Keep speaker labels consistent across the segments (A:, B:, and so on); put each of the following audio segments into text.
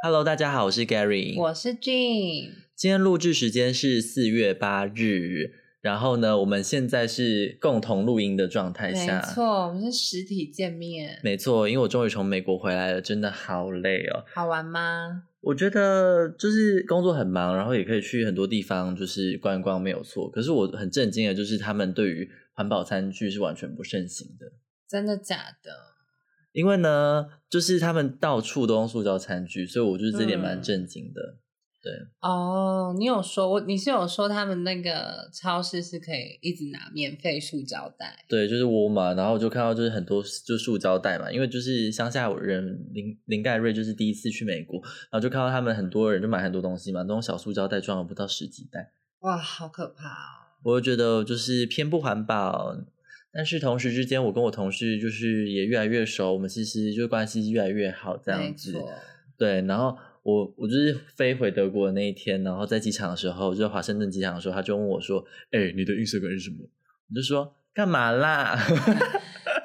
A: Hello，大家好，我是 Gary，
B: 我是 Jim，
A: 今天录制时间是四月八日，然后呢，我们现在是共同录音的状态
B: 没
A: 下，
B: 错，我们是实体见面，
A: 没错，因为我终于从美国回来了，真的好累哦。
B: 好玩吗？
A: 我觉得就是工作很忙，然后也可以去很多地方就是观光没有错。可是我很震惊的就是他们对于环保餐具是完全不盛行的，
B: 真的假的？
A: 因为呢，就是他们到处都用塑胶餐具，所以我就是这点
B: 嗯
A: 蛮震惊的。
B: 哦、你有说我你是有说他们那个超市是可以一直拿免费塑胶袋？
A: 对，就是我嘛，然后我就看到就是很多就塑胶袋嘛，因为就是乡下人林林盖瑞就是第一次去美国，然后就看到他们很多人就买很多东西嘛，那种小塑胶袋装了不到十几袋。
B: 哇，好可怕哦！
A: 我就觉得就是偏不环保，但是同时之间，我跟我同事就是也越来越熟，我们其实就关系越来越好这
B: 没
A: 样子。
B: 错，
A: 对，然后我我就是飞回德国的那一天，然后在机场的时候，就是华盛顿机场的时候，他就问我说：“哎、你的 Instagram 是什么？”我就说：“干嘛啦？”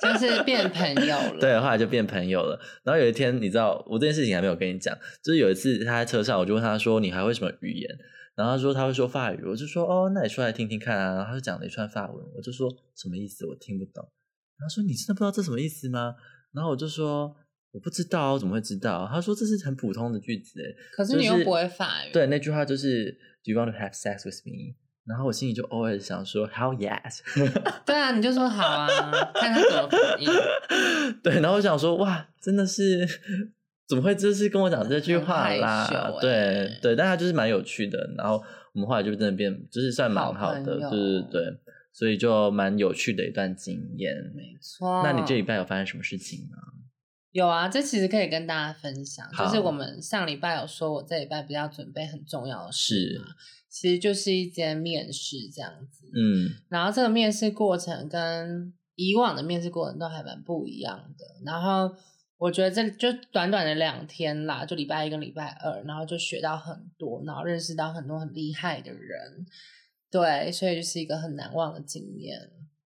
B: 就是变朋友了。
A: 对，啊后来就变朋友了。然后有一天，你知道我这件事情还没有跟你讲，就是有一次他在车上，我就问他说：“你还会什么语言？”然后他说他会说法语，我就说：“哦，那你说来听听看啊。”然后他就讲了一串法文，我就说什么意思我听不懂。然后说：“你真的不知道这什么意思吗？”然后我就说：“我不知道，我怎么会知道？”他说：“这是很普通的句子。”欸
B: 可是你又不会法语，
A: 对，那句话就是 “Do you want to have sex with me？” 然后我心里就 always 想说 “How yes？”
B: 对啊，你就说好 啊，看他怎么反应。
A: 对，然后我想说，哇，真的是怎么会这是跟我讲这句
B: 很
A: 话
B: 害
A: 啦？
B: 羞
A: 对
B: 欸
A: 对，但他就是蛮有趣的。然后我们后来就真的变，就是算蛮
B: 好
A: 好
B: 朋
A: 的，
B: 友
A: 对对对，所以就蛮有趣的一段经验。
B: 没错，
A: 那你这礼拜有发生什么事情吗？
B: 有啊，这其实可以跟大家分享，
A: 好
B: 就是我们上礼拜有说，我这礼拜比较准备很重要的事
A: 是
B: 嘛，其实就是一间面试这样子。
A: 嗯，
B: 然后这个面试过程跟以往的面试过程都还蛮不一样的。然后我觉得这就短短的两天啦，就礼拜一跟礼拜二，然后就学到很多，然后认识到很多很厉害的人，对，所以就是一个很难忘的经验。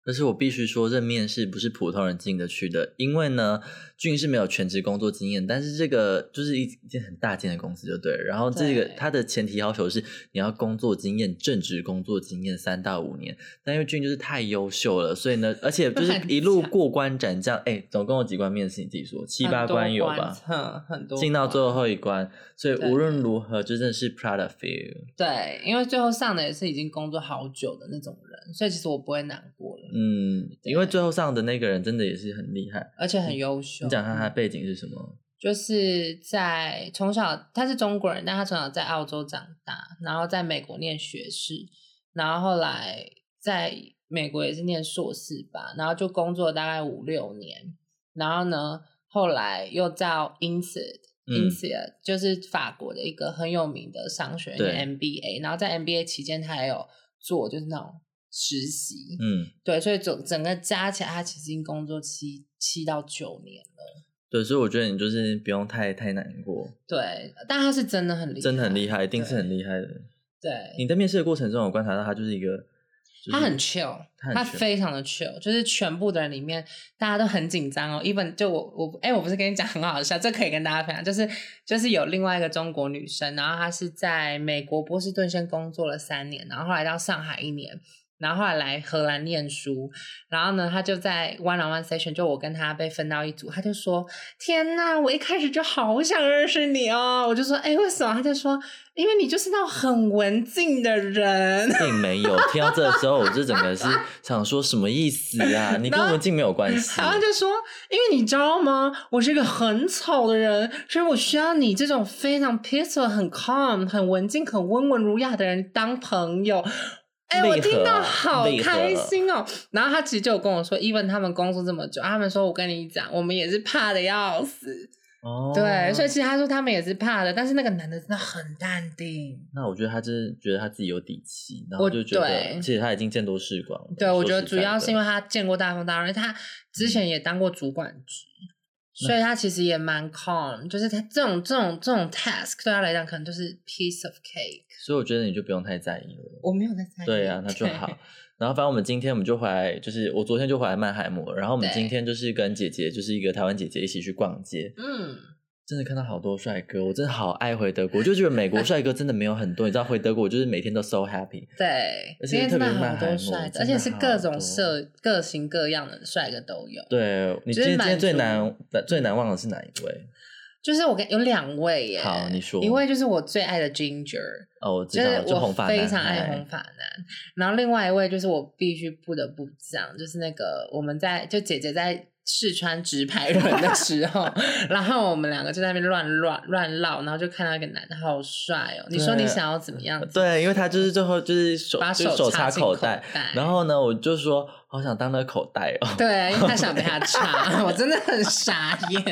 A: 但是我必须说，这面试不是普通人进得去的，因为呢，俊是没有全职工作经验，但是这个就是一一间很大间的公司就对了。然后这个
B: 对
A: 它的前提要求是你要工作经验，正职工作经验三到五年。但因为俊就是太优秀了，所以呢，而且就是一路过关斩将，哎、总共有几关面试？你自己说，七八
B: 很多
A: 关有
B: 关
A: 吧？
B: 嗯，很多
A: 进到
B: 关
A: 最后一关，所以
B: 对
A: 无论如何，就真的是 proud of you。
B: 对，因为最后上的也是已经工作好久的那种人，所以其实我不会难过了，
A: 嗯，因为最后上的那个人真的也是很厉害。
B: 而且很优秀。
A: 你讲看他的
B: 嗯
A: 背景是什么？
B: 就是在从小他是中国人，但他从小在澳洲长大，然后在美国念学士，然后后来在美国也是念硕士吧，然后就工作大概五六年，然后呢，后来又到 INSEAD。
A: 嗯
B: INSEAD 就是法国的一个很有名的商学
A: 对
B: 院 MBA，然后在 MBA 期间，他也有做就是那种实习，
A: 嗯。
B: 对，所以整整个加起来，他其实已经工作七七到九年了。
A: 对，所以我觉得你就是不用太太难过，
B: 对，但他是真的很厉害，
A: 真的很厉害，一定是很
B: 害。
A: 厉害的。
B: 对，
A: 你在面试的过程中，我观察到他就是一个，就是
B: 他很 chill，
A: 他很
B: 他
A: chill
B: 非常的 chill，就是全部的人里面大家都很紧张哦。even 就我我哎、我不是跟你讲很好笑，这可以跟大家分享，就是就是有另外一个中国女生，然后她是在美国波士顿先工作了三年，然后后来到上海一年。然后后来来荷兰念书，然后呢，她就在 one on one session，就我跟她被分到一组，她就说：“天呐，我一开始就好想认识你哦！”我就说：“哎，为什么？”她就说：“因为你就是那种很文静的人。”
A: 并没有。听到这的时候，我就整 个是想说什么意思啊？你跟
B: 然后
A: 文静没有关系
B: 然。后就说，因为你知道吗，我是一个很吵的人，所以我需要你这种非常 peaceful、很 calm、很文静、很温文儒雅的人当朋友。哎、我
A: 为何
B: 听到好
A: 为何
B: 开心哦！然后他其实就有跟我说，even 他们工作这么久，他们说我跟你讲，我们也是怕的要死。
A: 哦，
B: 对，所以其实他说他们也是怕的，但是那个男的真的很淡定。
A: 那我觉得他真的觉得他自己有底气，然后就觉得，
B: 对
A: 其实他已经见多识广了。
B: 对，我觉得主要是因
A: 为
B: 为他见过大风大浪，因为他之前也当过主管职，所以
A: 嗯
B: 他其实也蛮 calm，就是他这种这种这种 task 对他来讲可能就是 piece of cake。
A: 所以我觉得你就不用太在意了。
B: 我没有在在意。
A: 对啊，那就好。然后反正我们今天我们就回来，就是我昨天就回来曼海姆了，然后我们
B: 对
A: 今天就是跟姐姐，就是一个台湾姐姐一起去逛街，
B: 对。嗯，
A: 真的看到好多帅哥，我真的好爱回德国，我就觉得美国帅哥真的没有很多，你知道回德国我就是每天都 so happy，
B: 对，
A: 而且
B: 今天
A: 特
B: 真
A: 别
B: 的
A: 是曼
B: 好
A: 海
B: 多
A: 姆
B: 帅的，
A: 真
B: 而且
A: 的
B: 是
A: 好
B: 各种
A: 多
B: 色、各型各样的帅哥都有。
A: 对你
B: 就
A: 今
B: 是
A: 天今天
B: 满
A: 最
B: 足
A: 难最难忘的是哪一位？
B: 就是我跟有两位耶，
A: 好你说
B: 一位就是我最爱的 Ginger，
A: 哦，我知
B: 就
A: 道，
B: 是
A: 就红
B: 我
A: 发
B: 非
A: 男
B: 常爱
A: 孩
B: 红发男，然后另外一位就是我必须不得不讲，就是那个我们在就姐姐在试穿直排轮的 时候，然后我们两个就在那边乱乱乱唠，然后就看到一个男的好帅哦，你说你
A: 对
B: 想要怎么样？
A: 对，因为他就是最后就是手
B: 把
A: 就是手插
B: 插进
A: 口
B: 袋
A: 袋，，然后呢，我就说好想当那个口袋 哦。
B: 对，因为他想被他插，我真的很傻眼。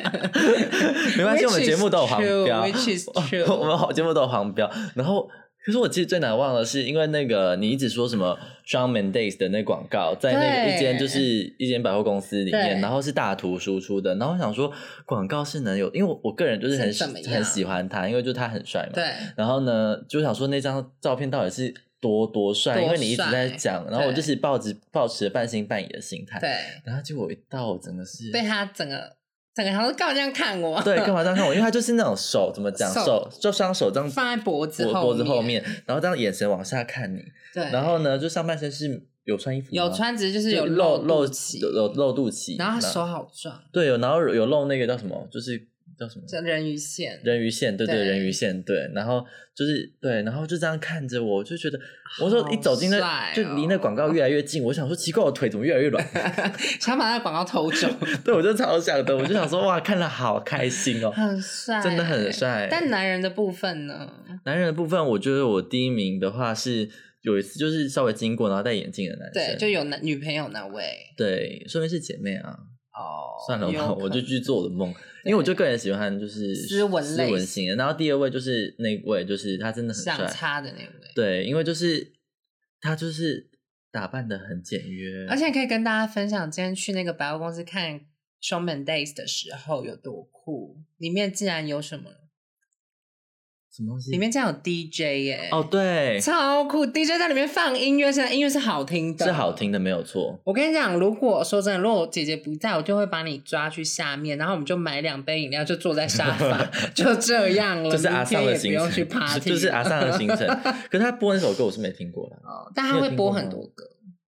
A: 没关系，我们
B: Which
A: 节目都有黄
B: is true,
A: 标
B: which is
A: 我
B: true
A: 我们好节目都有黄标。然后，可是我其实最难忘的是，因为那个你一直说什么 Shawn Mendes 的那广告，在那个
B: 对
A: 一间就是一间百货公司里面，
B: 对
A: 然后是大图输出的。然后我想说，广告是能有，因为我我个人就是很
B: 是怎么样
A: 很喜欢他，因为就他很帅嘛。
B: 对，
A: 然后呢，就想说那张照片到底是多多帅，
B: 多
A: 因为你一直在
B: 帅
A: 讲，然后我
B: 对
A: 就是抱着抱持着半信半疑的心态。
B: 对，
A: 然后结果我一到，我真的是
B: 被他整个整个，他说干嘛这样看我？
A: 对，干嘛这样看我？因为他就是那种手怎么讲，
B: 手
A: 手就双手这样
B: 放在脖子
A: 脖
B: 后
A: 脖子后
B: 面
A: 面，然后这样眼神往下看你，
B: 对，
A: 然后呢，就上半身是有穿衣服吗，
B: 有穿，只是就是
A: 就
B: 有
A: 露
B: 露
A: 脐
B: 脐，
A: 有有露肚脐，
B: 然后他手好壮，
A: 对，有然后有露那个叫什么，就是叫什么
B: 这人鱼线，
A: 人鱼线，对对，
B: 对
A: 人鱼线，对，然后就是对，然后就这样看着我，我就觉得，我说
B: 好
A: 一走进那
B: 帅
A: 就离那
B: 哦
A: 广告越来越近，我想说奇怪，我腿怎么越来越软？
B: 想把他的广告偷走，
A: 对，我就超想的，我就想说哇，看了好开心哦，
B: 很帅，欸
A: 真的很。帅。
B: 但男人的部分呢？
A: 男人的部分，我觉得我第一名的话是有一次就是稍微经过，然后戴眼镜的男
B: 对
A: 生，，
B: 就有男女朋友那位
A: 对，说明是姐妹啊。
B: 哦。
A: 算了
B: 有
A: 吧，
B: 可
A: 我就
B: 能
A: 去做我的梦，因为我就个人喜欢就是
B: 斯文
A: 斯
B: 类
A: 文
B: 型
A: 型的。然后第二位就是那位，就是他真的很
B: 想
A: 帅，
B: 插的那位。
A: 对，因为就是他就是打扮的很简约，
B: 而且可以跟大家分享，今天去那个百货公司看 Showman Days 的时候有多酷，里面竟然有什么？
A: 什么东西
B: 里面竟然有 DJ 耶、
A: 哦，对，
B: 超酷！DJ 在里面放音乐，现在音乐是好听的，
A: 是好听。的，没有错。
B: 我跟你讲，如果说真的，如果我姐姐不在，我就会把你抓去下面，然后我们就买两杯饮料，就坐在 沙发，就这样了。
A: 就是阿
B: 明天
A: 桑的
B: 也不
A: 行
B: 用
A: 程，
B: 去 party，
A: 就是阿桑的 行程。可是他播那首歌我是没听过啦。
B: 哦，但
A: 你
B: 他
A: 有
B: 会
A: 听
B: 播
A: 过
B: 很
A: 吗
B: 多 歌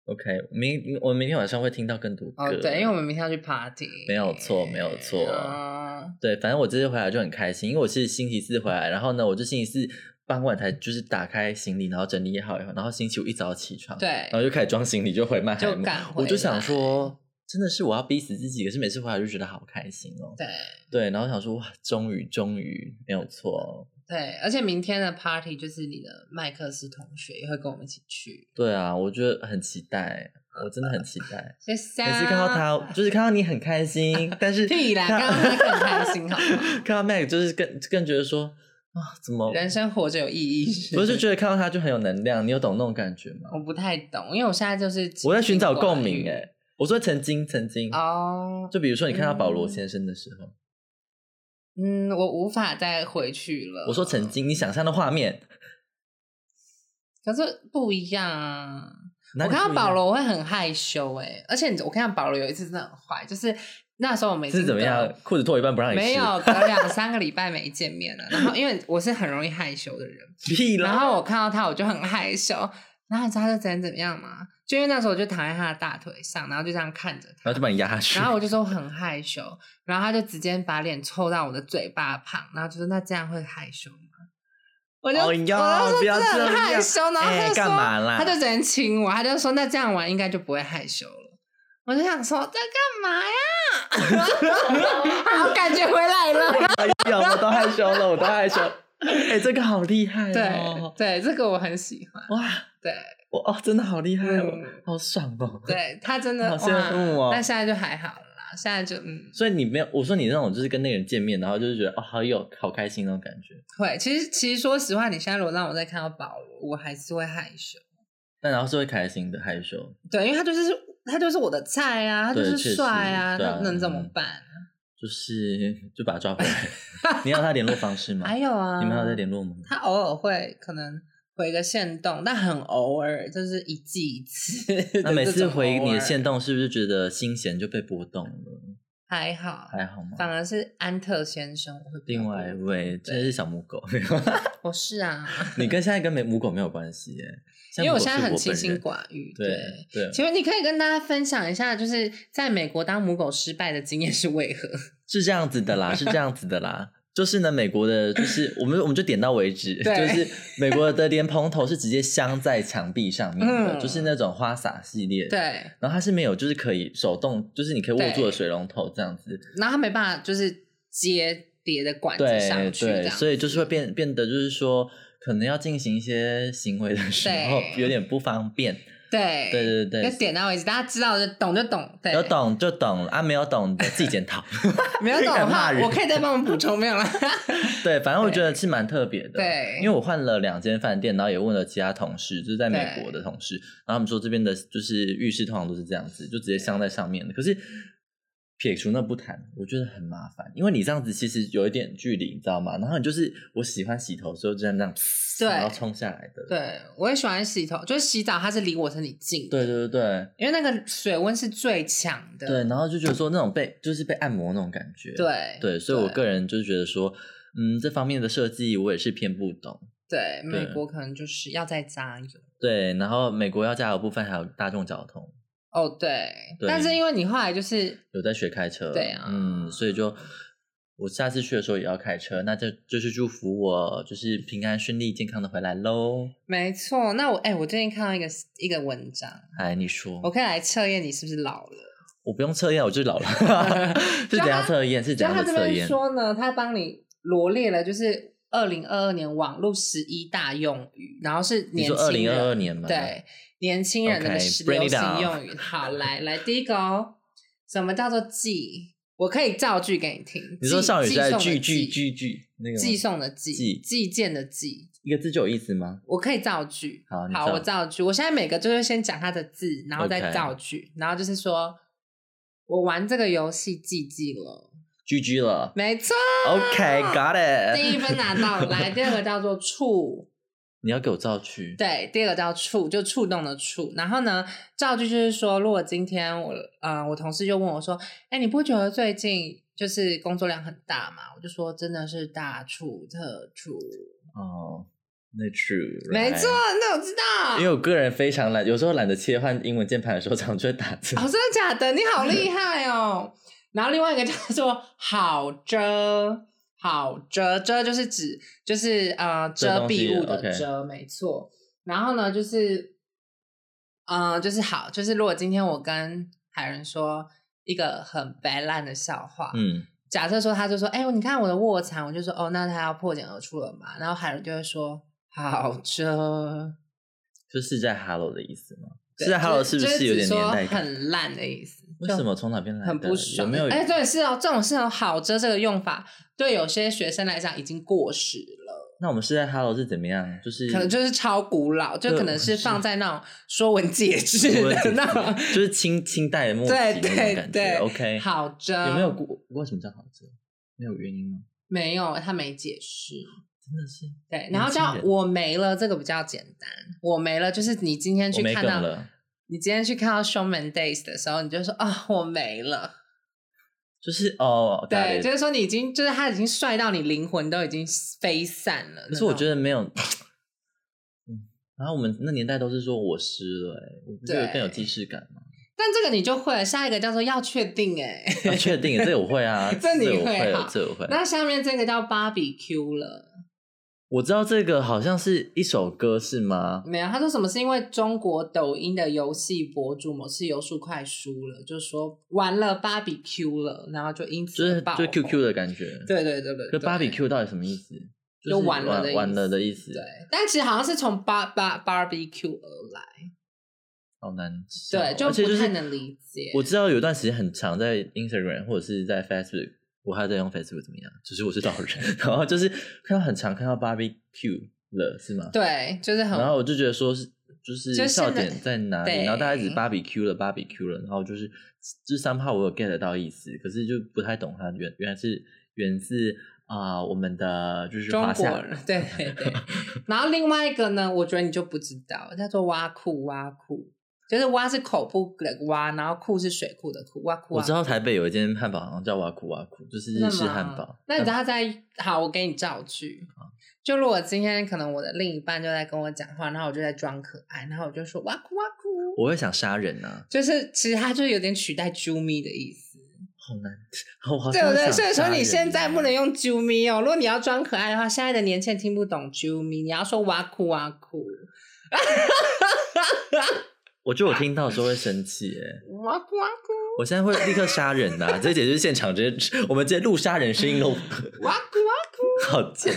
A: ，OK，明我明天晚上会听到更多歌。
B: 哦，对，因为我们明天要去 party，
A: 没有错没有错
B: 啊
A: 对，反正我这次回来就很开心，因为我是星期四回来，然后呢，我就星期四傍晚才就是打开行李，然后整理好以后，然后星期五一早起床，，
B: 对
A: 然，后就开始装行李就回曼海
B: 就
A: 姆。
B: 赶回
A: 我就想
B: 来
A: 说，真的是我要逼死自己，可是每次回来就觉得好开心哦。
B: 对
A: 对，然后想说哇，终于终于没有错，
B: 对，而且明天的 party 就是你的麦克斯同学也会跟我们一起去，
A: 对啊，我觉得很期待，我真的很期 待。
B: 谢谢。
A: 每次看到他，就是看到你很开 心，但是
B: 屁啦，
A: 看
B: 刚
A: 到
B: 刚他更开心，好吗？
A: 看到 Mac 就是更更觉得说啊，怎么
B: 人生活着有意义是
A: 不是就觉得看到他就很有能量，你有懂那种感觉吗？
B: 我不太懂，因为我现在就是
A: 我在寻找共
B: 清
A: 鸣哎、
B: 心
A: 我说曾经曾经，
B: 寡欲哦，
A: 就比如说你看到保罗先生的时候，
B: 嗯，我无法再回去了。
A: 我说曾，经你想象的画面，
B: 可是不一样啊。
A: 哪
B: 我
A: 里
B: 看
A: 不
B: 到
A: 一样
B: 保罗，我会很害羞哎、而且你我看到保罗有一次真的很坏，就是那时候我们已
A: 是
B: 经
A: 怎么样
B: 得？？
A: 裤子脱一半不让你吃
B: 没有，隔两三个礼拜没见面了。然后因为我是很容易害羞的人，
A: 屁
B: 然
A: 啦，
B: 后我看到他我就很害羞。然后你知道他就怎样怎么样吗？就因为那时候我就躺在他的大腿上，然后就这样看着他
A: 然后就把你压下 去，
B: 然后我就说我很害羞，然后他就直接把脸凑到我的嘴巴旁，然后就说那这样会害羞吗？我就、
A: 哎呀
B: 我就
A: 不要
B: 说真的
A: 这
B: 很害
A: 样
B: 羞，然后
A: 哎
B: 他就说、
A: 干嘛啦
B: 他就直接亲我，他就说那这样玩应该就不会害羞了。我就想说在干嘛 呀？我感觉回来了。
A: 哎呀，我都害羞了，我都 害羞。哎、这个好厉害
B: 对
A: 哦！
B: 对，这个我很喜欢。
A: 哇，
B: 对
A: 我哦，真的好厉害哦，
B: 嗯
A: 好爽哦。，
B: 对，他真的
A: 好
B: 哇，
A: 羡慕哦
B: 但现在就还好了啦，现在就嗯。
A: 所以你没有，我说你那种就是跟那个人见面，然后就是觉得哦，好有好开心那种感觉。
B: 会，其实其实说实话，你现在如果让我再看到保罗，我还是会害羞。
A: 但然后是会开心的，害羞。
B: 对，因为他就是他就是我的菜啊，他就
A: 对确
B: 是
A: 实
B: 帅啊，
A: 对啊
B: 那能怎么
A: 嗯
B: 办？
A: 就是就把他抓回来。 你要他联络方式吗？
B: 还有啊，
A: 你们还有在联络吗？
B: 他偶尔会可能回个线动，但很偶尔，就是一季一次的这种偶尔。
A: 那每次回你的线动，是不是觉得心弦就被波动了？
B: 还好，
A: 还好吗？
B: 反而是安特先生我会比较
A: 另外一
B: 不
A: 位
B: 对
A: 这是小母狗，
B: 我是啊，
A: 你跟现在跟没母狗没有关系耶，
B: 因
A: 像母
B: 为我
A: 狗
B: 现在
A: 是
B: 很
A: 我
B: 清
A: 本
B: 心
A: 人
B: 寡欲，
A: 对对，
B: 请问你可以跟大家分享一下，就是在美国当母狗失败的经验是为何？
A: 是这样子的啦，是这样子的啦。就是呢，美国的，就是我们我们就点到为止。
B: 对
A: 就是美国的莲蓬头是直接镶在墙壁上面的，
B: 嗯
A: 就是那种花洒系列。。
B: 对，
A: 然后它是没有，就是可以手动，就是你可以握住的水龙头这样子。
B: 然后他没办法就是接别的管子
A: 对
B: 上去，这
A: 对，
B: 样
A: 所以就是会
B: 子
A: 变变得就是说，可能要进行一些行为的时候
B: 对
A: 有点不方便。
B: 对
A: 对对对
B: 要点到为止，大家知道就懂就懂，对，
A: 有懂就懂啊，没有懂的自己检讨。
B: 没有懂的
A: 敢骂
B: 话，
A: 人
B: 我可以再帮我们补充，没 有啦。
A: 对，反正我觉得是蛮特别的。
B: 对
A: 因为我换了两间饭店，然后也问了其他同事，就是在美国的同事，然后他们说这边的就是浴室通常都是这样子，就直接镶在上面的。可是撇除那不谈，我觉得很麻烦，因为你这样子其实有一点距离，你知道吗？然后你就是我喜欢洗头的时候就像这样，
B: 对
A: 然后冲下来的。
B: 对，我也喜欢洗头，就是洗澡，它是离我身体近，，
A: 对对对对
B: 因为那个水温是最强的，
A: 对，然后就觉得说那种被就是被按摩那种感觉。
B: 对
A: 对，所以我个人就是觉得说，嗯，这方面的设计我也是偏不懂。
B: 对美
A: 对
B: 国可能就是要再加油。
A: 对，然后美国要加油部分还有大众交通，
B: 哦，对，
A: 对
B: 但是因为你后来就是
A: 有在学开车，
B: 对啊
A: 嗯，所以就我下次去的时候也要开车，那就就是祝福我就是平安顺利健康的回来喽。
B: 没错，那我哎、我最近看到一个一个文章，
A: 哎，你说
B: 我可以来测验你是不是老了。
A: 我不用测验，我就是老 了，是
B: 就
A: 怎样
B: 他
A: 测验？是怎样
B: 就他
A: 的
B: 这
A: 测
B: 边
A: 验？
B: 说呢，他帮你罗列了就是二零二二年网络十一大用语，然后是
A: 你
B: 年
A: 说
B: 轻
A: 二
B: 人
A: 零二二年吗？
B: 对，年轻人的
A: OK，
B: 时
A: bring
B: 流
A: it
B: 行
A: down
B: 用语。好，来来，第一个哦，什么叫做寄？我可以造句给你听。
A: 你说
B: 寄
A: 少女时代
B: 寄
A: 句
B: 送
A: 句
B: 的
A: 句句那个吗
B: 寄送的寄
A: 寄
B: 寄件的寄，
A: 一个字就有意思吗？
B: 我可以造句。
A: 好你造
B: 我造句。我现在每个就是先讲它的字，然后再
A: OK
B: 造句，然后就是说我玩这个游戏寄寄了，
A: 句句了
B: 没 错。
A: ，OK，got it。
B: 第一分拿到，来第二个叫做触，
A: 你要给我造句，
B: 对，第二个叫触，就触动的触。然后呢，造句就是说，如果今天我呃，我同事就问我说，哎，你不觉得最近就是工作量很大吗？我就说真的是大触特触，
A: 哦，那 true，
B: 没
A: right
B: 错，那我知道。
A: 因为我个人非常懒，有时候懒得切换英文键盘的时候，常常就会打字。
B: 哦，真的假的？你好厉害哦！然后另外一个叫做好遮，好遮遮就是指就是呃
A: 遮
B: 遮
A: 东西
B: 蔽物的
A: ，OK
B: 遮没错。然后呢，就是呃，就是好，就是如果今天我跟海人说一个很白烂的笑话，
A: 嗯，
B: 假设说他就说，哎、你看我的卧蚕，我就说哦，那他要破茧而出了嘛。然后海人就会说好遮。
A: 就是在 hello 的意思吗？
B: 对
A: 是在 hello
B: 就是
A: 不
B: 就是指
A: 有点
B: 说
A: 年代感？
B: 很烂的意思。
A: 为
B: 就
A: 什么从哪边来的？
B: 很不爽。
A: 嗯有没有？
B: 哎、对，是哦，这种是哦，好遮这个用法，对有些学生来讲已经过时了，
A: 那我们是在 hello 是怎么样？就是
B: 可能就是超古老，就
A: 嗯对
B: 可能是放在那种《说文解字
A: 我》
B: 的 那种。
A: 就是清清代的末期
B: 对
A: 那种
B: 对
A: 感觉。
B: 对
A: OK，，
B: 好遮
A: 有没有古为什么叫好遮？没有原因吗？
B: 没有，他没解释。
A: 真的是
B: 对，然后
A: 年轻
B: 叫
A: 人
B: 我没了，这个比较简单。我没了，就是你今天
A: 我
B: 去
A: 没
B: 看
A: 梗
B: 到，
A: 了，
B: 你今天去看到 Showman Days 的时候，你就说啊、我没了。
A: 就是哦，
B: 对，
A: got it
B: 就是说你已经，就是他已经帅到你灵魂都已经飞散了。
A: 可是我觉
B: 得
A: 得没 有。嗯，然后我们那年代都是说我湿了、哎，我不觉得
B: 对
A: 更有既视感吗？
B: 但这个你就会了，下一个叫做要确定哎、
A: 啊确定，这个我会 啊，
B: 这你
A: 个我
B: 会
A: 会
B: 好
A: 了，这个我会。
B: 那下面这个叫 barbecue 了，
A: 我知道这个好像是一首歌是吗？
B: 没有？他说什么是因为中国抖音的游戏博主某次游数快输了，就说玩了 barbecue 了，然后就因
A: 就
B: 此
A: 是
B: 爆
A: 就是 QQ
B: 的，
A: 的感觉。。
B: 对对对对
A: 可
B: 对，
A: barbecue 到底什么意思？
B: 就是完
A: 完
B: 了的意思
A: 完了的意思。
B: 对，，但其实好像是从 bar bar barbecue 而来，
A: 好难笑哦。
B: 对，就
A: 而且
B: 不
A: 就
B: 太
A: 是
B: 能理解。
A: 我知道有一段时间很长，在 Instagram 或者是在 Facebook，我还在用 Facebook 怎么样？只是我是老人， 然后就是看到很长看到 barbecue 了，是吗？。
B: 对，就是很
A: 然后我就觉得说是就是
B: 嗯就是
A: 笑
B: 现在
A: 点在哪
B: 对
A: 里，然后大家一直 barbecue 了 barbecue 了，然后就是就是 somehow 我有 get 到意思，可是就不太懂它原原来是源自啊、我们的就是
B: 中
A: 华夏
B: 国人，对 对对。然后另外一个呢，我觉得你就不知道，叫做挖苦挖苦。就是蛙是口部的蛙，然后库是水库的库，蛙库
A: 我
B: 啊
A: 知。道台北有一间汉堡，好像叫瓦库瓦库，就是日式汉堡。
B: 那你知道他在好，我给你造句。就如果今天可能我的另一半就在跟我讲话，然后我就在装可爱，然后我就说哇哭哇哭，
A: 我会想杀人啊，
B: 就是其实他就有点取代 j u m i 的意思，
A: 好难，好好
B: 对
A: 想
B: 不
A: 哦
B: 对？
A: 想
B: 所以
A: 杀
B: 说你
A: 人
B: 现
A: 啊
B: 在不能用 j u m i 哦，如果你要装可爱的话，现在的年轻人听不懂 j u m i 你要说哇哭哇哭，
A: 我觉得我听到的时候会生气耶，
B: 哇哭哇哭，
A: 我现在会立刻杀人呐、这姐就是现场直接，我们直接录杀人是因为
B: 哇哭哇 哭。
A: 好贱，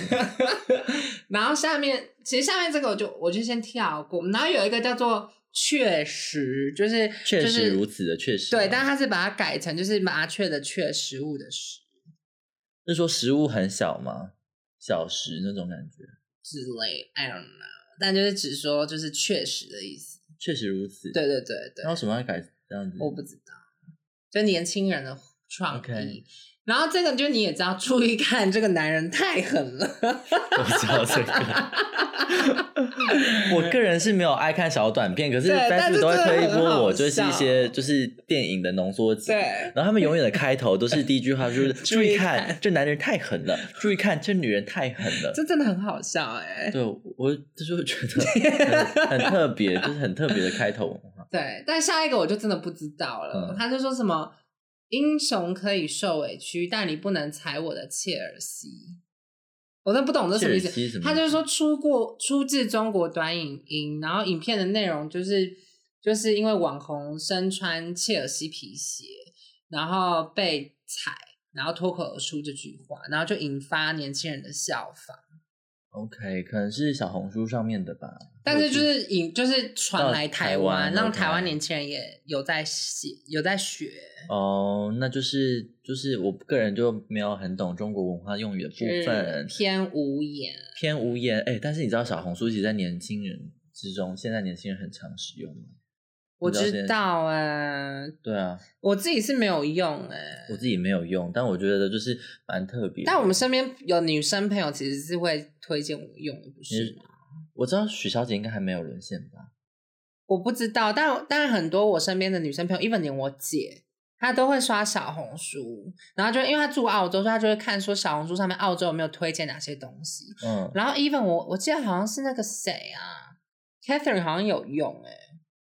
B: 然后下面，其实下面这个我就我就先跳过。然后有一个叫做“确实”，就是
A: 确
B: 就
A: 实
B: 是
A: 如此的，确实啊、
B: 对，但它是把它改成就是麻雀的雀，食物的食
A: 是说食物很小吗？小食那种感觉，
B: 之类，I don't know，但就是只说就是确实的意思。
A: 确实如此。
B: 对，对对对
A: 然，后什么要改这样子？
B: 我不知道，就年轻人的创意。
A: OK
B: 然后这个就你也知道，注意看这个男人太狠了。
A: 我不知道这个。 我个人是没有爱看小短片，可是
B: 对
A: Facebook
B: 但是
A: 都会推一
B: 真的很
A: 波
B: 好
A: 我，就是一
B: 笑
A: 些就是电影的浓缩集。
B: 对，
A: 然后他们永远的开头都是第一句话，就是 注
B: 注
A: 意
B: 意
A: 看
B: 看，
A: 这男人太狠了；注意看，这女人太狠了。
B: 这真的很好笑哎、
A: 对，我就是觉 得很很特别，就是很特别的开头文化。
B: 对，但下一个我就真的不知道了。
A: 嗯
B: 他就说什么英雄可以受委屈，但你不能踩我的切尔西。我都不懂这什么意
A: 切尔西什
B: 思。
A: 么意思
B: 他就是说出过出自中国短影音，然后影片的内容就是就是因为网红身穿切尔西皮鞋，然后被踩，然后脱口而出这句话，然后就引发年轻人的效仿。
A: OK，可能是小红书上面的吧。
B: 但是
A: 或
B: 就
A: 者
B: 是引就是传
A: 到
B: 来
A: 台
B: 台
A: 湾
B: 湾，让
A: OK
B: 台湾年轻人也有在写有在学。
A: 哦，那就是就是我个人就没有很懂中国文化用语的部分
B: 是，嗯偏无言。
A: 偏无言。哎，但是你知道小红书其实在年轻人之中，现在年轻人很常使用吗？
B: 我
A: 你知道这件
B: 知
A: 事
B: 道啊，
A: 对啊，
B: 我自己是没有用哎、
A: 我自己没有用，但我觉得就是蛮特别的。
B: 但我们身边有女生朋友其实是会推荐我用的，不
A: 嗯
B: 是吗？
A: 我知道许小姐应该还没有沦陷吧？
B: 我不知道，但但很多我身边的女生朋友，even 连我姐，她都会刷小红书，然后就因为她住澳洲，所以她就会看说小红书上面澳洲有没有推荐哪些东西。
A: 嗯，
B: 然后 even 我我记得好像是那个谁啊，Catherine 好像有用哎、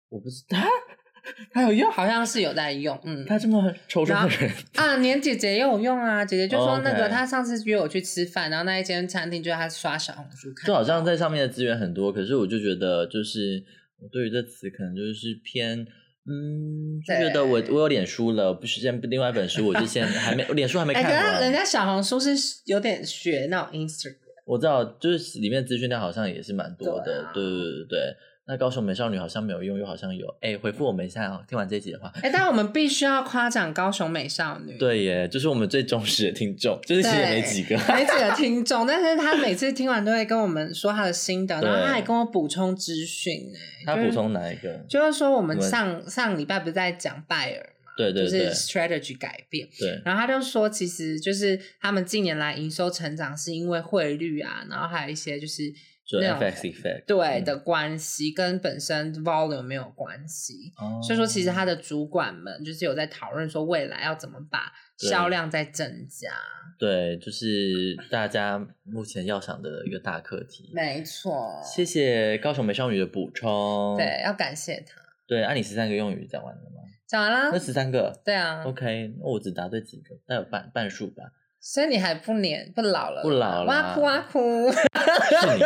A: 我不知道， 她有用，
B: 好像是有在用，嗯，
A: 她这么抽
B: 然
A: 象
B: 后
A: 的人，
B: 啊，连姐姐也有用啊，姐姐就
A: 哦
B: 说
A: ，OK
B: 那个她上次约我去吃饭，然后那一间餐厅就是她刷小红书看，
A: 就好像在上面的资源很多，可是我就觉得，就是我对于这词可能就是偏，嗯，就觉得我
B: 对
A: 我有脸书了，不是先另外一本书，我就先还 没脸书还没
B: 哎、
A: 看
B: 可是她人
A: 完，
B: 家小红书是有点学那种 Instagram，
A: 我知道就是里面资讯量好像也是蛮多
B: 对
A: 的
B: 啊，
A: 对对对对。那高雄美少女好像没有用，又好像有，哎，回复我们一下哦。听完这一集的话，
B: 哎、但我们必须要夸奖高雄美少女，，
A: 对耶，就是我们最忠实的听众，就是其实也没几个，
B: 没几个听众，但是她每次听完都会跟我们说她的心得，
A: 对
B: 然后她还跟我补充资讯哎，
A: 他
B: 就是
A: 补充哪一个？
B: 就是说我们
A: 对
B: 上上礼拜不是在讲拜耳嘛，
A: 对对
B: 就
A: 对
B: 是 strategy 改变。
A: 对，
B: 然后他就说，其实就是他们近年来营收成长是因为汇率啊，然后还有一些就是
A: 就
B: 那
A: FX
B: 种
A: effect，
B: 对
A: 嗯
B: 的关系，跟本身 volume 没有关系。
A: 哦
B: 所以说，其实他的主管们就是有在讨论说，未来要怎么把
A: 对
B: 销量再增加。
A: 对，就是大家目前要想的一个大课题。
B: 没错，
A: 谢谢高雄美少女的补充。
B: 对，要感谢他。
A: 对，啊按、你十三个用语讲完了吗？
B: 讲完
A: 那
B: 啦，
A: 十三个、
B: 对啊，
A: OK，那我只答对几个，那有半半数吧？
B: 所以你还不年不老了，
A: 不老啦
B: 哇哭哇哭，
A: 是你。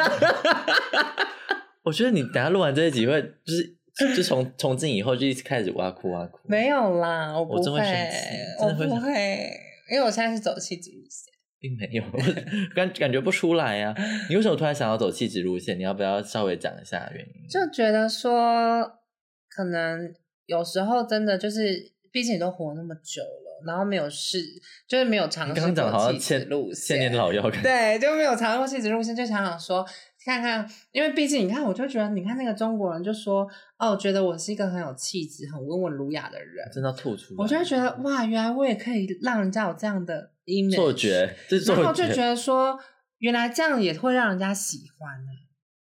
A: 我觉得你等下录完这一集会，就是就从从今以后就一直开始哇哭哇哭。
B: 没，有啦，我
A: 我
B: 不
A: 真
B: 会
A: 会生气，
B: 我
A: 真的会
B: 不
A: 生气
B: 会，因为我现在是走气质路线。
A: 并没有， 我感感觉不出来呀、啊。你为什么突然想要走气质路线？你要不要稍微讲一下原因？
B: 就觉得说，可能有时候真的就是，毕竟你都活那么久了，然后没有试，就是没有尝
A: 你
B: 试
A: 刚刚讲
B: 过
A: 好像
B: 气质
A: 千
B: 路
A: 千年
B: 线，
A: 老妖感觉。
B: 对，就没有尝试过气质路线，就想想说。看看，因为毕竟你看，我就觉得，你看那个中国人就说，哦，觉得我是一个很有气质、很温文儒雅的人，
A: 真的要吐出来。
B: 我就会觉得，哇，原来我也可以让人家有这样的 image，
A: 错觉，这是
B: 然
A: 错
B: 后就觉
A: 觉。
B: 得说，原来这样也会让人家喜欢、欸，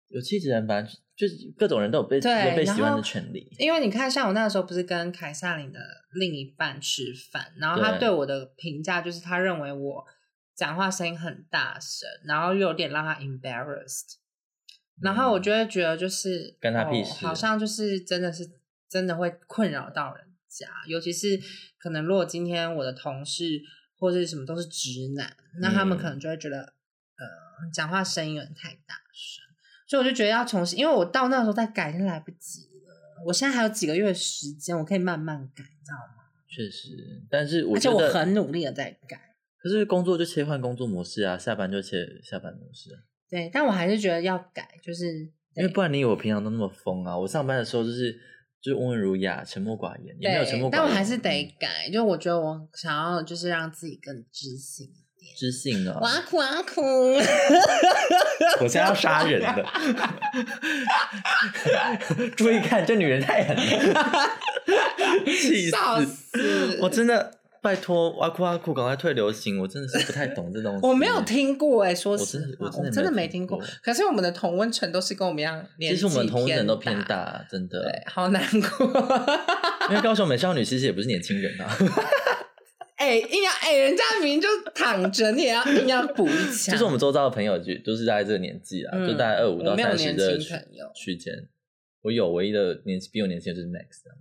A: 有气质人吧，就是各种人都有被
B: 对
A: 有被喜
B: 然
A: 欢
B: 后
A: 的权利。
B: 因为你看，像我那个时候不是跟凯撒琳的另一半吃饭，然后他
A: 对
B: 对我的评价就是他认为我讲话声音很大声，然后又有点让他 embarrassed，然后我就会觉得就是
A: 干他屁
B: 哦
A: 事
B: 好像就是真的是真的会困扰到人家，尤其是可能如果今天我的同事或是什么都是直男，那他
A: 嗯
B: 们可能就会觉得、呃讲话声音有点太大声，所以我就觉得要重新，因为我到那个时候再改已经来不及了，我现在还有几个月的时间，我可以慢慢改，你知道吗？
A: 嗯确实，但是我
B: 而且
A: 觉
B: 我
A: 得
B: 很努力的在改。
A: 可是工作就切换工作模式啊，下班就切下班模式啊、
B: 对，但我还是觉得要改，就是
A: 因为不然你以为我平常都那么疯啊？我上班的时候就是就是温文儒雅、沉默寡言，也没有沉默
B: 对
A: 寡言，，
B: 但我还是得
A: 嗯
B: 改，就我觉得我想要就是让自己更知性一点。
A: 知性啊。
B: 哇哭哇哭！
A: 我现在要杀人的， 注意看，这女人太狠 了，气
B: 笑
A: 死！
B: 死！
A: 我真的拜托阿酷阿酷，赶快退流行！我真的是不太懂这东西，
B: 我没有。听过哎、说
A: 我
B: 实
A: 真的
B: 话，
A: 我真的
B: 我
A: 没
B: 真的
A: 有
B: 没
A: 听
B: 听过
A: 过。
B: 可是我们的同温层都是跟我们一样年
A: 其实
B: 纪
A: 我们同龄人都偏
B: 大，
A: 大，真
B: 对
A: 的，，
B: 好难过。
A: 因为高雄美少女其实也不是年轻人啊，
B: 哎、硬要哎、人家明明就躺着，你也要硬要补一 枪。
A: 就是我们周遭的朋友就都是大概这个年纪啊，
B: 嗯
A: 就大概二五
B: 我
A: 到
B: 没有
A: 三十
B: 年
A: 的
B: 轻
A: 区
B: 朋友
A: 区间。我有唯一的年纪比我年轻的就是 Max，这样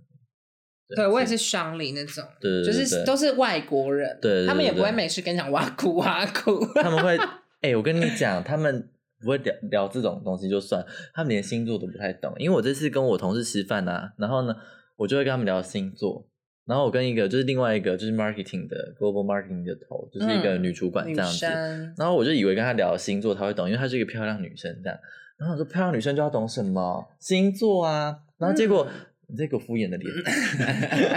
B: 对我也是双龄那种，
A: 对对对
B: 就是
A: 对
B: 都是外国人，
A: 对对对
B: 他们也不会
A: 对
B: 没事跟你讲哇哭哇哭。
A: 他们会，哎、我跟你讲，他们不会聊聊这种东西就算，他们连星座都不太懂。因为我这次跟我同事吃饭啊，然后呢，我就会跟他们聊星座。然后我跟一个就是另外一个就是 marketing 的 global marketing 的头，就是一个
B: 嗯
A: 女主管
B: 女
A: 这样子。
B: 生，
A: 然后我就以为跟她聊星座她会懂，因为她是一个漂亮女生这样。然后我说漂亮女生就要懂什么星座啊？然后结
B: 嗯
A: 果、你这个敷衍的脸，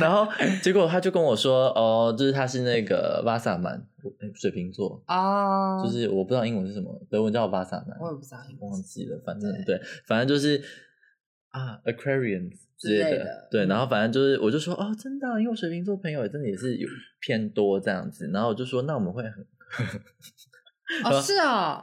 A: 然后结果她就跟我说，哦，就是她是那个巴萨曼，我哎水瓶座，
B: 哦，
A: 就是我不知道英文是什么，德文叫巴萨曼，
B: 我也不知道英文
A: 忘记了，反正对，反正就是啊，Aquarians 之类
B: 之类
A: 的，
B: 的
A: 对，
B: 嗯
A: 然后反正就是，我就说哦，真的啊、因为我水瓶座朋友也真的也是有偏多这样子，然后我就说那我们会很，
B: 哦是哦，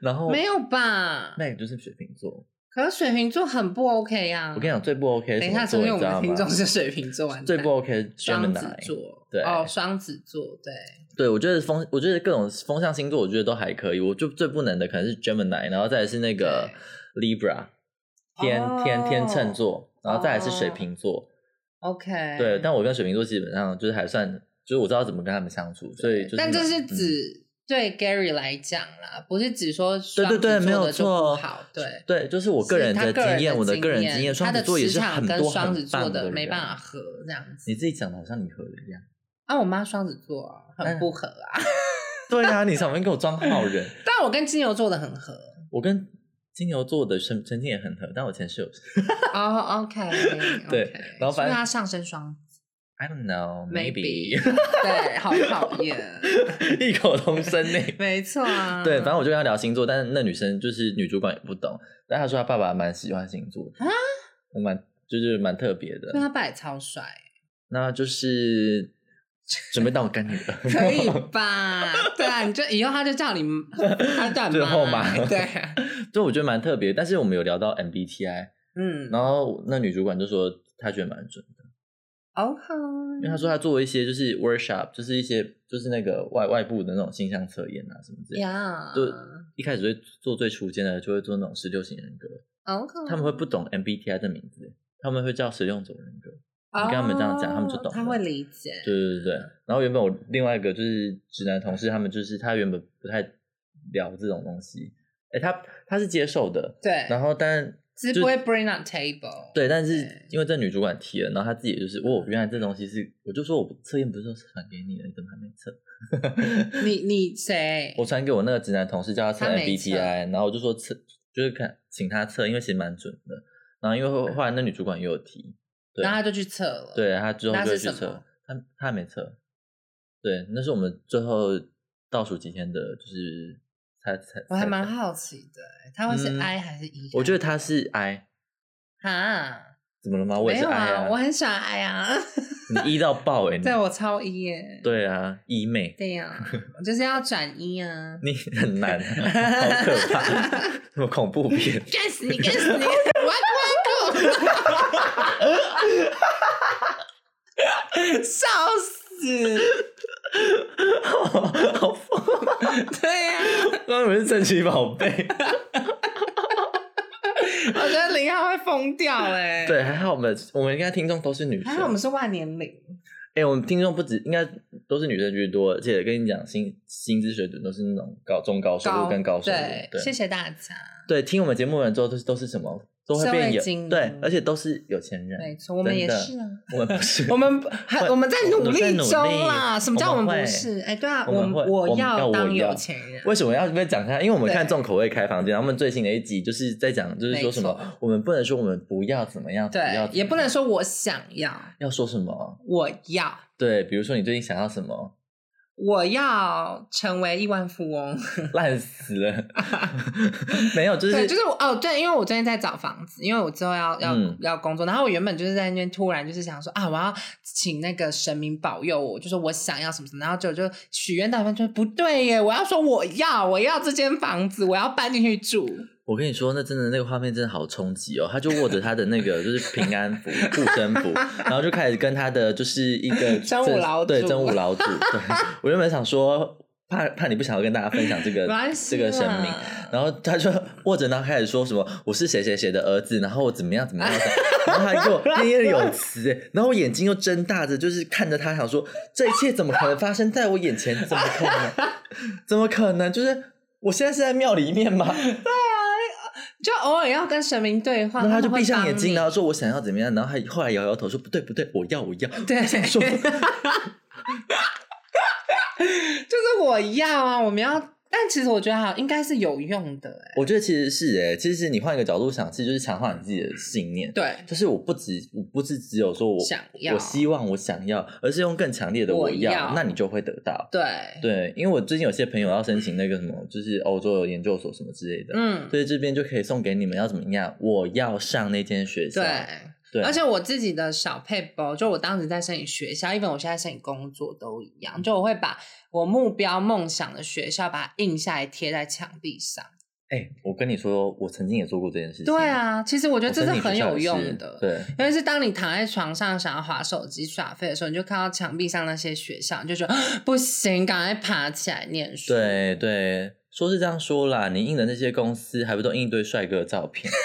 A: 然后
B: 没有吧？
A: 那也就是水瓶座，
B: 可是水瓶座很不 OK 呀、
A: 我跟你讲最不 OK，是
B: 等一
A: 什么
B: 下，
A: 座
B: 说不定
A: 你知道
B: 我们的听众
A: 吗？
B: 是水瓶座，完蛋
A: 最不 OK 是
B: 双子
A: Gemini，
B: 座，
A: 对
B: 哦，双子座，对，
A: 对我觉得风，我觉得各种风象星座，我觉得都还可以，我就最不能的可能是 Gemini，然后再来是那个 Libra，天、天天秤座，然后再来是水
B: 哦
A: 瓶座。
B: OK，
A: 对，但我跟水瓶座基本上就是还算，就是我知道怎么跟他们相处，所以就是蛮。
B: 但这是
A: 嗯
B: 指对 Gary 来讲啦，不是指说
A: 对
B: 双
A: 对
B: 子
A: 对，
B: 座
A: 没有
B: 的就
A: 错，
B: 不好，对。
A: 对，就是我个
B: 是
A: 人
B: 他
A: 的
B: 个
A: 经验，我
B: 的
A: 的个人
B: 经
A: 经验，双
B: 他
A: 子
B: 的
A: 座也
B: 磁
A: 是
B: 场
A: 很
B: 跟
A: 多很
B: 双子
A: 棒
B: 座的没
A: 人
B: 办法。合这样子。
A: 你自己讲的好像你合了一样。
B: 啊，我妈双子座啊，很
A: 嗯
B: 不合啊，
A: 对啊，你上面给我装好人。
B: 但我跟金牛座的很合。
A: 我跟金牛座的曾曾经也很合，但我前室友是
B: 哦，OK，
A: 对然后反正
B: 他上升双子
A: I don't know maybe
B: ，maybe，对，好讨厌，
A: 异口同声呢。
B: 没错啊。
A: 对，反正我就跟他聊星座，但是那女生就是女主管也不懂，但她说她爸爸蛮喜欢星座的
B: 啊，
A: 我蛮就是蛮特别的。
B: 因为他爸也超帅，
A: 那就是准备当我干女儿，
B: 可以吧？对啊，你就以后他就叫你，他叫你
A: 最后嘛
B: 妈，对，
A: 就我觉得蛮特别。但是我们有聊到 MBTI，
B: 嗯，
A: 然后那女主管就说她觉得蛮准的，
B: 哦吼，
A: 因为她说她做一些就是 workshop，就是一些就是那个外外部的那种性向测验啊什么之类的。
B: 呀，
A: 就一开始会做最初阶的，就会做那种十六型人格，
B: OK，
A: 他们会不懂 MBTI 的名字，他们会叫十六种人格。你跟他们这样讲他们就懂了
B: 哦他会理解。
A: 对对对。然后原本我另外一个就是直男同事，他们就是他原本不太聊这种东西，哎，他他是接受的，
B: 对，
A: 然后但
B: 只是
A: 就
B: 不会 bring on table。
A: 对，但
B: 对
A: 是因为这女主管提了，然后她自己也就是，哦，原来这东西是，我就说我测验不是说传给你了，你怎么还没测？
B: 你你谁？
A: 我传给我那个直男同事，叫他测
B: 他没测
A: MBTI，然后我就说测，就是看请他测，因为其实蛮准的。然后因为后后来那女主管也有提，对
B: 然后他就去测了。
A: 对他之后
B: 那
A: 就会
B: 是
A: 去
B: 什
A: 测
B: 么，
A: 他他还没测。对，那是我们最后倒数几天的，就是猜猜。
B: 我还蛮
A: 猜测，
B: 好奇的，他会是
A: 嗯
B: I 还是 E？
A: 我觉得他是 I，
B: 哈，
A: 怎么了吗？我也
B: 没
A: 是
B: 有
A: 爱
B: 啊，我很喜欢爱啊，
A: 你一到爆哎、 你
B: 对我超一耶，
A: 对啊，一妹，，
B: 对呀、我就是要转一啊
A: 你很难，啊好可怕， 什么恐怖 片？
B: 干死你，干死你， 我要关 注， 笑死，
A: 好疯！
B: 对呀、
A: 那你们是正奇宝贝？
B: 我觉得林浩会疯掉哎、，
A: 对，还好我们我们应该听众都是女生
B: 还，好我们是万年龄，
A: 哎、我们听众不止应该都是女生居多，而且跟你讲薪薪资水准都是那种高中高收入跟高收入，
B: 对
A: 对，
B: 谢谢大家，
A: 对，听我们节目的人之后都是都是什么都会
B: 社
A: 变
B: 会
A: 有
B: 精英
A: 对，而且都是有钱人，
B: 没错，我们也
A: 真的
B: 是啊。
A: 我们不是
B: 我们还我们在努
A: 我
B: 力中
A: 们在努
B: 啦，
A: 力
B: 什么叫我们
A: 我们
B: 不
A: 会
B: 是？哎，对啊，
A: 我们会我们
B: 我
A: 要我
B: 当
A: 要
B: 有钱人，
A: 为什么要被讲它？因为我们
B: 对
A: 看重口味开房间，然后他们最新的一集就是在讲，就是说什
B: 没
A: 么我们不能说我们不要怎么样，不要
B: 对，
A: 怎
B: 也
A: 么
B: 不能
A: 样
B: 说我想要，
A: 要说什么。
B: 我要，
A: 对，比如说你最近想要什 么，
B: 我要成为亿万富翁。
A: 烂死了，没有，就是
B: 对，就是我哦，对，因为我最近在找房子，因为我之后要要、
A: 嗯
B: 要工作，然后我原本就是在那边突然就是想说啊，我要请那个神明保佑我，就说我想要什么什么，然后就就许愿大翻就不对耶，我要说我要我要这间房子，我要搬进去住，
A: 我跟你说，那真的那个画面真的好冲击哦！他就握着他的那个就是平安 符、护身符，然后就开始跟他的就是一个
B: 真武
A: 正
B: 老
A: 对
B: 祖
A: 真武 老祖。对我原本想说，怕怕你不想要跟大家分享这个
B: 没关系
A: 呃这个神明
B: 啦，
A: 然后他就握着，然后开始说什么我是谁谁谁的儿子，然后我怎么样怎么样，然后他给我 念念有词，哎然后我眼睛又睁大着，就是看着他，想说这一切怎么可能发生在我眼前？怎么可能？ 怎么可能？就是我现在是在庙里面吗？
B: 就偶尔要跟神明对话，
A: 然后他
B: 们
A: 就
B: 会
A: 闭上
B: 帮
A: 眼睛，
B: 你
A: 然后说我想要怎么样，然后还后来摇摇头说不对不对，我要我要，
B: 对，
A: 说
B: 就是我要啊，我们要，但其实我觉得好应该是有用的、欸，
A: 我觉得其实是哎、其实你换一个角度想，其实就是强化你自己的信念。
B: 对，
A: 就是我不只我不是只有说我
B: 想要
A: 我希望我想要，而是用更强烈的
B: 我
A: 我要，
B: 要
A: 那你就会得到。
B: 对，
A: 对，因为我最近有些朋友要申请那个什么，就是欧洲的研究所什么之类的，
B: 嗯，
A: 所以这边就可以送给你们要怎么样？我要上那间学校，
B: 对。
A: 对，啊
B: 而且我自己的小配包，就我当时在申请学校，因为我现在申请工作都一
A: 嗯
B: 样，就我会把我目标梦想的学校把它印下来贴在墙壁上。
A: 哎、我跟你说，我曾经也做过这件事情。
B: 对，啊，其实我觉
A: 我
B: 得这
A: 申请
B: 是很
A: 哦学校
B: 有
A: 也是
B: 用的。
A: 对。
B: 因为是当你躺在床上想要划手机耍废的时候，你就看到墙壁上那些学校，你就觉得啊不行，赶快爬起来念书。
A: 对对，说是这样说啦，你印的那些公司还不都印一堆帅哥的照片？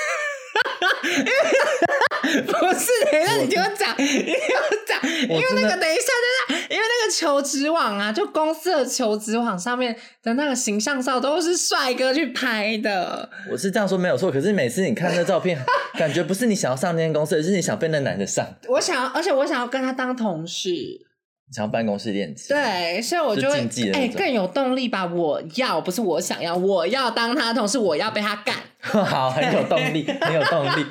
B: 不是，等一下你听我讲，你听我讲，因
A: 我
B: 为那
A: 真
B: 个
A: 的
B: 等一下就是因为那个求职网啊，就公司的求职网上面的那个形象照都是帅哥去拍的，
A: 我是这样说没有错，可是每次你看那照片，感觉不是你想要上那间公司，而是你想被那男的上，
B: 我想要，而且我想要跟他当同事，
A: 想要办公室恋情。，
B: 对，所以我
A: 就
B: 就会
A: 竞技的那
B: 哎、
A: 种
B: 更有动力吧。我要不是我想要，我要当他的同事，我要被他干。
A: 好，很有动力，很有动力。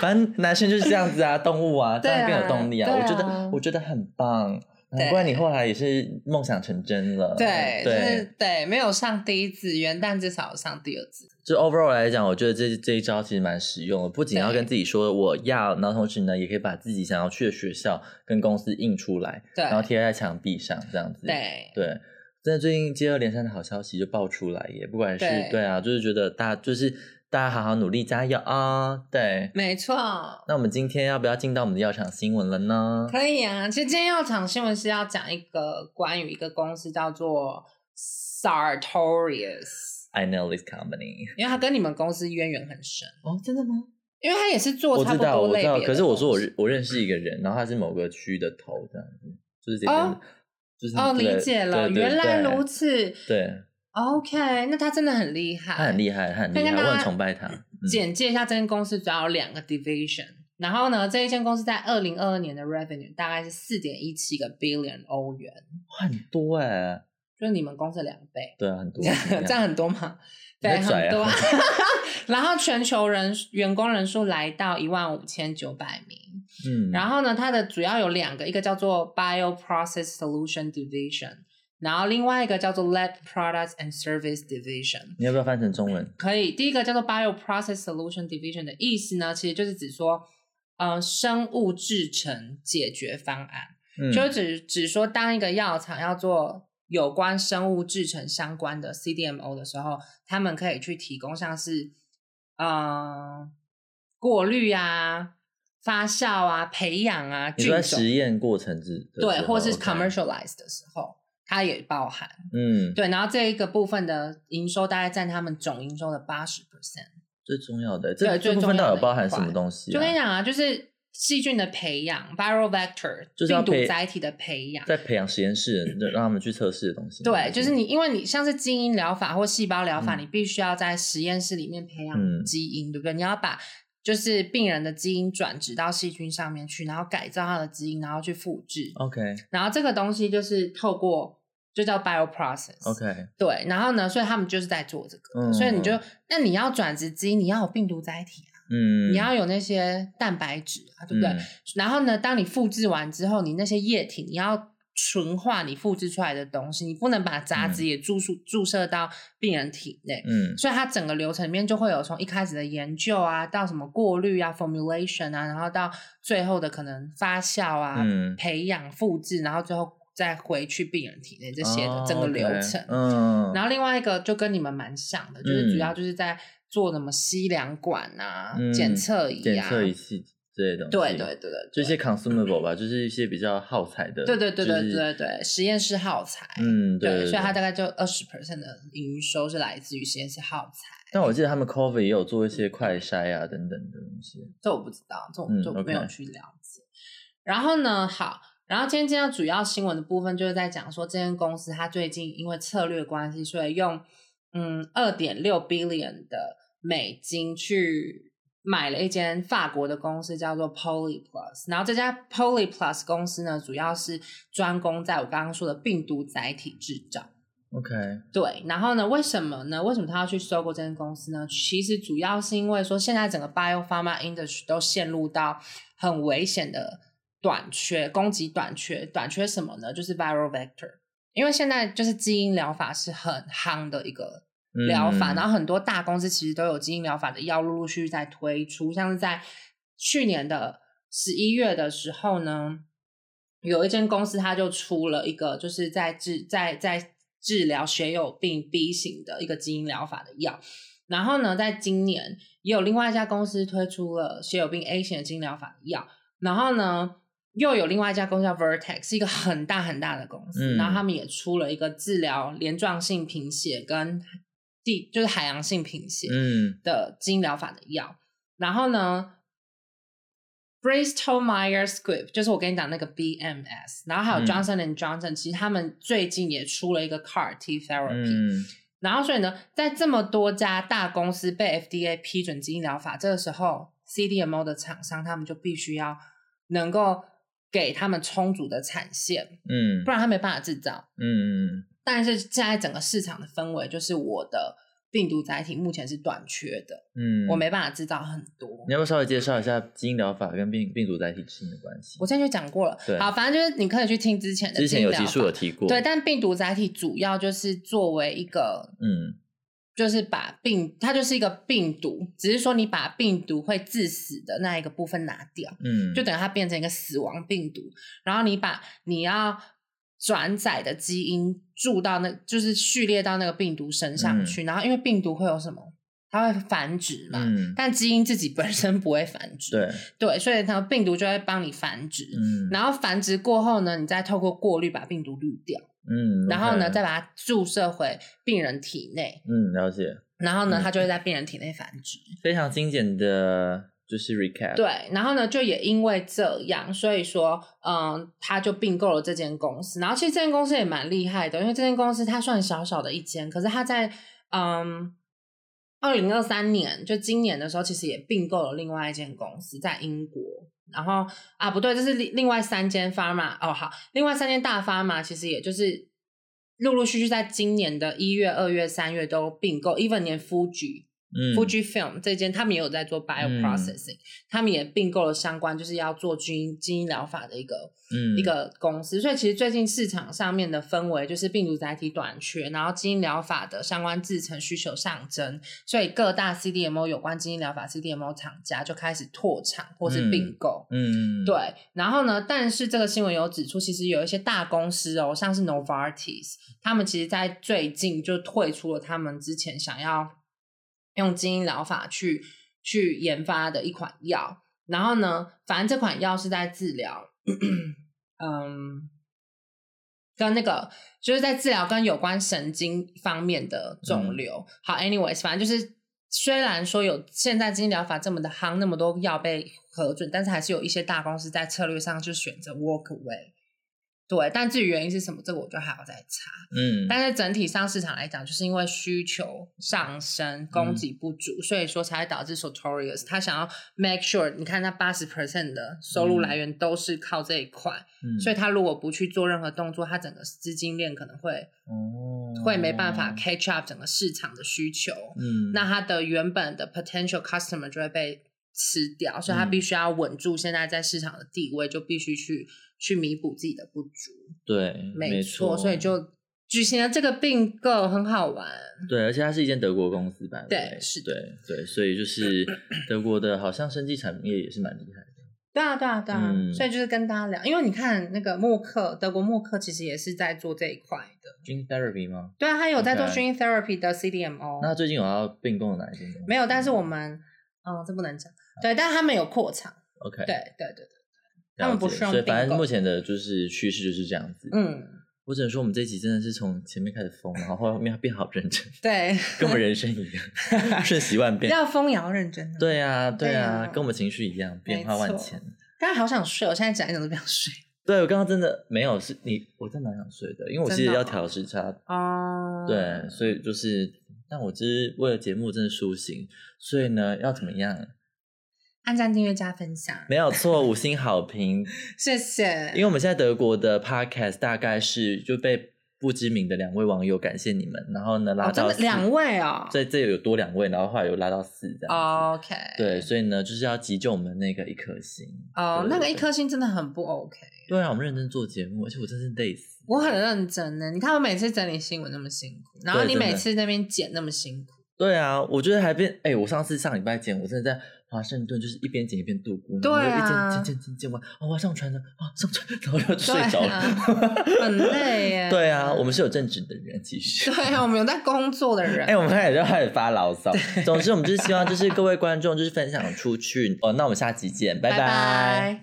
A: 反正男生就是这样子啊，动物啊，这
B: 对啊
A: 样更有动力啊。
B: 对啊
A: 我觉得，我觉得很棒。
B: 对
A: 难怪你后来也是梦想成真了。
B: 对，就
A: 对，
B: 是对，没有上第一次元旦至少有上第二次。
A: 就 overall 来讲，我觉得这这一招其实蛮实用的，不仅要
B: 对
A: 跟自己说我要，然后同时呢，也可以把自己想要去的学校跟公司印出来，
B: 对
A: 然后贴在墙壁上这样子。
B: 对，
A: 对，真的最近接二连三的好消息就爆出来耶，不管是
B: 对
A: 对啊，就是觉得大家就是大家好好努力加油啊！对，
B: 没错。
A: 那我们今天要不要进到我们的药厂新闻了呢？
B: 可以啊，其实今天要讲新闻是要讲一个关于一个公司叫做 Sartorius，
A: I know this company。
B: 因为它跟你们公司渊源很深，
A: 哦，真的吗？
B: 因为它也是做
A: 我
B: 差
A: 知
B: 不
A: 道，
B: 多
A: 我
B: 类
A: 知
B: 别的
A: 道。
B: 东西。
A: 可是我说我认我认识一个人，然后他是某个区的头，这样子，就是这边，
B: 哦
A: 就是
B: 哦，
A: 这
B: 理
A: 个
B: 解了，
A: 嗯对对
B: 原来
A: 对
B: 如此。
A: 对
B: OK，那他真的很厉害，
A: 他很厉害，他很厉
B: 那
A: 害，
B: 跟
A: 我
B: 大
A: 很
B: 家
A: 崇拜 他。嗯
B: 简介一下，这间公司主要有两个 division。然后呢，这一间公司在二零二二年的 revenue 大概是四点一七个 billion 欧元，
A: 很多哎，
B: 就是你们公司的两倍。
A: 对啊，很多。
B: 这样很 多吗？
A: 你
B: 对，
A: 在拽
B: 很
A: 啊
B: 多。然后全球人员工人数来到一万五千九百名。
A: 嗯，
B: 然后呢，它的主要有两个，一个叫做 Bioprocess Solution Division，然后另外一个叫做 Lab Products and Service Division。
A: 你要不要翻成中文？
B: 可以，第一个叫做 Bioprocess Solution Division 的意思呢，其实就是指说呃生物制成解决方案，
A: 嗯
B: 就只只说当一个药厂要做有关生物制成相关的 CDMO 的时候，他们可以去提供像是呃过滤啊、发酵啊、培养啊、
A: 你
B: 菌
A: 说在
B: 种
A: 实验过程之的
B: 对，
A: 时
B: 或
A: 候
B: 是
A: ，OK
B: commercialize 的时候，它也包含。
A: 嗯，
B: 对，然后这一个部分的营收大概占他们总营收的八十 percent。
A: 最重要的这
B: 对
A: 这
B: 最
A: 部
B: 重
A: 分
B: 要
A: 到底
B: 的
A: 有包
B: 一
A: 含什么
B: 块
A: 东西啊？
B: 就跟你讲啊，就是细菌的培养 （viral vector）
A: 就是要
B: 病
A: 培
B: 毒载体的培养。
A: 在培养实验室人，就让他们去测试的东西吗。
B: 对，就是你，因为你像是基因疗法或细胞疗法，
A: 嗯
B: 你必须要在实验室里面培
A: 嗯
B: 养基因，对不对？你要把就是病人的基因转植到细菌上面去，然后改造它的基因，然后去复制。
A: OK
B: 然后这个东西就是透过就叫 bioprocess。
A: OK，
B: 对，然后呢，所以他们就是在做这个，
A: 嗯
B: 所以你就那你要转殖基因，你要有病毒载体啊，
A: 嗯，
B: 你要有那些蛋白质啊，对不对？
A: 嗯
B: 然后呢，当你复制完之后，你那些液体你要纯化你复制出来的东西，你不能把杂质也注入注射到病人体内。
A: 嗯
B: 所以它整个流程里面就会有从一开始的研究啊，到什么过滤啊、formulation 啊，然后到最后的可能发酵啊、
A: 嗯
B: 培养、复制，然后最后再回去病人体内这些的
A: 哦
B: 整个流
A: OK，
B: 程。
A: 嗯，
B: 然
A: 后
B: 后另外一个就跟你们蛮像的，就是主要就是在做什么吸量管啊、
A: 嗯
B: 检测仪
A: 检
B: 啊，
A: 测仪器之类的东
B: 对
A: 西，哦
B: 对，对对，
A: 就一些 consumable 吧，就是一些比较耗材的，
B: 对对对
A: 就
B: 对
A: 是
B: 对，对，实验室耗材，
A: 嗯
B: 对
A: 对，
B: 所以它
A: 对
B: 大概就二十 percent 的营收是来自于实验室耗材，
A: 但我记得他们 COVID 也有做一些快筛啊等等的东西，
B: 这我不知道，这我
A: 嗯
B: 就没有
A: OK
B: 去了解。然后呢，好，然后今天今天主要新闻的部分就是在讲说，这间公司它最近因为策略关系，所以用嗯二点六 billion 的美金去买了一间法国的公司，叫做 Poly Plus。然后这家 Poly Plus 公司呢，主要是专攻在我刚刚说的病毒载体制造。
A: OK，嗯
B: 对，然后呢？为什么呢？为什么他要去收购这间公司呢？其实主要是因为说，现在整个 biopharma industry 都陷入到很危险的短缺，供给短缺，短缺什么呢？就是 viral vector，因为现在就是基因疗法是很夯的一个疗法，
A: 嗯
B: 然后很多大公司其实都有基因疗法的药陆陆续续在推出，像是在去年的十一月的时候呢，有一间公司它就出了一个就是在治在在治疗血友病 B 型的一个基因疗法的药，然后呢，在今年也有另外一家公司推出了血友病 A 型的基因疗法的药，然后呢，又有另外一家公司叫 Vertex，是一个很大很大的公司，
A: 嗯
B: 然后他们也出了一个治疗镰状性贫血跟地就是海洋性贫血
A: 嗯
B: 的基因疗法的药。然后呢，Bristol Myers Squibb 就是我跟你讲那个 BMS，然后还有
A: 嗯
B: Johnson and Johnson，、其实他们最近也出了一个 CAR T therapy，、
A: 嗯
B: 然后所以呢，在这么多家大公司被 FDA 批准基因疗法，这个时候 CDMO 的厂商他们就必须要能够给他们充足的产线，
A: 嗯
B: 不然他没办法制造。
A: 嗯
B: 但是现在整个市场的氛围就是我的病毒载体目前是短缺的，
A: 嗯，
B: 我没办法制造很多
A: 你。要不要稍微介绍一下基因疗法跟病病毒载体之间的关系？
B: 我之前就讲过了
A: 对，
B: 好，反正就是你可以去听之前的
A: 之前有
B: 基
A: 集
B: 因疗
A: 数
B: 法
A: 有提过，
B: 对，但病毒载体主要就是作为一个
A: 嗯
B: 就是把病，它就是一个病毒，只是说你把病毒会致死的那一个部分拿掉，
A: 嗯，
B: 就等于它变成一个死亡病毒。然后你把你要转载的基因注到那，就是序列到那个病毒身
A: 嗯
B: 上去。然后因为病毒会有什么？它会繁殖嘛？
A: 嗯
B: 但基因自己本身不会繁殖，
A: 对，
B: 对所以它病毒就会帮你繁殖。
A: 嗯
B: 然后繁殖过后呢，你再透过过滤把病毒滤掉，
A: 嗯，
B: 然后呢，
A: OK
B: 再把它注射回病人体内，
A: 嗯了解，
B: 然后呢
A: 嗯，
B: 它就会在病人体内繁殖。
A: 非常精简的，就是 recap，，
B: 对，然后呢，就也因为这样，所以说，嗯，他就并购了这间公司。然后其实这间公司也蛮厉害的，因为这间公司它算小小的一间，可是它在嗯二零二三年，就今年的时候，其实也并购了另外一间公司，在英国。然后啊，不对，这是另另外三间 pharma 哦，好，另外三间大 pharma 其实也就是陆陆续续在今年的一月、二月、三月都并购，even 连 Fuji
A: 嗯
B: Fuji Film 这间，他们也有在做 bioprocessing，、他们也并购了相关就是要做基因基因疗法的一个、
A: 嗯
B: 一个公司。所以其实最近市场上面的氛围就是病毒载体短缺，然后基因疗法的相关制成需求上升，所以各大 CDMO 有关基因疗法 CDMO 厂家就开始拓厂或是并购。
A: 嗯，
B: 对，然后呢？但是这个新闻有指出，其实有一些大公司哦，像是 Novartis，他们其实在最近就退出了他们之前想要用基因疗法去去研发的一款药。然后呢，反正这款药是在治疗，嗯，跟那个就是在治疗跟有关神经方面的肿瘤。好，anyways，反正就是。虽然说有现在基因疗法这么的夯，那么多药被核准，但是还是有一些大公司在策略上就选择 walk away。对，但至于原因是什么，这个我就还要再查。
A: 嗯，
B: 但是整体上市场来讲，就是因为需求上升，供给不足，所以说才会导致 Sotorius 他想要 make sure，你看他八十 percent 的收入来源都是靠这一块，
A: 嗯
B: 所以他如果不去做任何动作，他整个资金链可能会
A: 哦
B: 会没办法 catch up 整个市场的需求，
A: 嗯，
B: 那他的原本的 potential customer 就会被吃掉，所以他
A: 嗯
B: 必须要稳住现在在市场的地位，就必须去去弥补自己的不足。
A: 对，
B: 没
A: 错，
B: 所以就举行了这个并购，很好玩。
A: 对，而且它是一间德国公司吧？
B: 对
A: by the way
B: 是的
A: 对对，所以就是德国的，好像生技产业也是蛮厉害的。
B: 对啊，对啊，对啊。
A: 嗯
B: 所以就是跟大家聊，因为你看那个默克，德国默克其实也是在做这一块的。
A: Gene therapy 吗？
B: 对啊，他有在做
A: OK
B: gene therapy 的
A: 那
B: CDMO，
A: 最近有要并购哪一间公司？
B: 没有，但是我们，嗯，这不能讲。对，但他们有扩厂。
A: OK，
B: 对，对，对，对。
A: 了
B: 他们不
A: 解
B: 是用
A: 所以反
B: 并
A: 正
B: 购
A: 目前的就是趋势就是这样子。，
B: 嗯，
A: 我只能说我们这一集真的是从前面开始疯，然后后面变好认真，
B: 对，
A: 跟我们人生一 样，瞬息万变。
B: 要疯也要认真啊。，
A: 对呀、对呀、
B: 对啊
A: 跟我们情绪一样，变化万
B: 没错
A: 千。
B: 但好想睡，我现在讲一讲都不想 睡。
A: 对我刚刚真的没有，是你，我真的蛮想睡的，因为我
B: 真
A: 其实
B: 的
A: 要
B: 哦
A: 调时差
B: 哦
A: 对，所以就是，但我只是为了节目真的舒心，所以呢，要怎么样？
B: 按赞、订阅、加分享，
A: 没有错，五星好 评，
B: 谢谢。
A: 因为我们现在德国的 podcast 大概是就被不知名的两位网友感谢你们，然后呢拉
B: 哦，真
A: 到
B: 的
A: 四
B: 两，位哦。
A: 这这有多两位，然后后来又拉到四这样。哦，
B: OK，
A: 对，所以呢，就是要急救我们那个一颗星。
B: 哦，
A: 对
B: 那个
A: 对
B: 一颗星真的很不 OK，
A: 对啊，我们认真做节目，而且我真是累死。
B: 我很认真的。你看我每次整理新闻那么辛苦，然后
A: 对
B: 你
A: 真的
B: 每次那边剪那么辛苦，
A: 对啊，我觉得还变哎、我上次上礼拜剪，我真的在华盛顿就是一边剪一边度过，然后
B: 对啊
A: 一剪剪剪剪剪完，哦，我要上传了啊，上传，然后就睡着
B: 对
A: 了。
B: 啊很累耶。
A: 对啊，我们是有正直的人，其实。
B: 对啊，我们有在工作的
A: 哎、
B: 人，
A: 我们开始就开始发牢骚。总之，我们就是希望就是各位观众就是分享出去哦。那我们下期见，拜
B: 拜。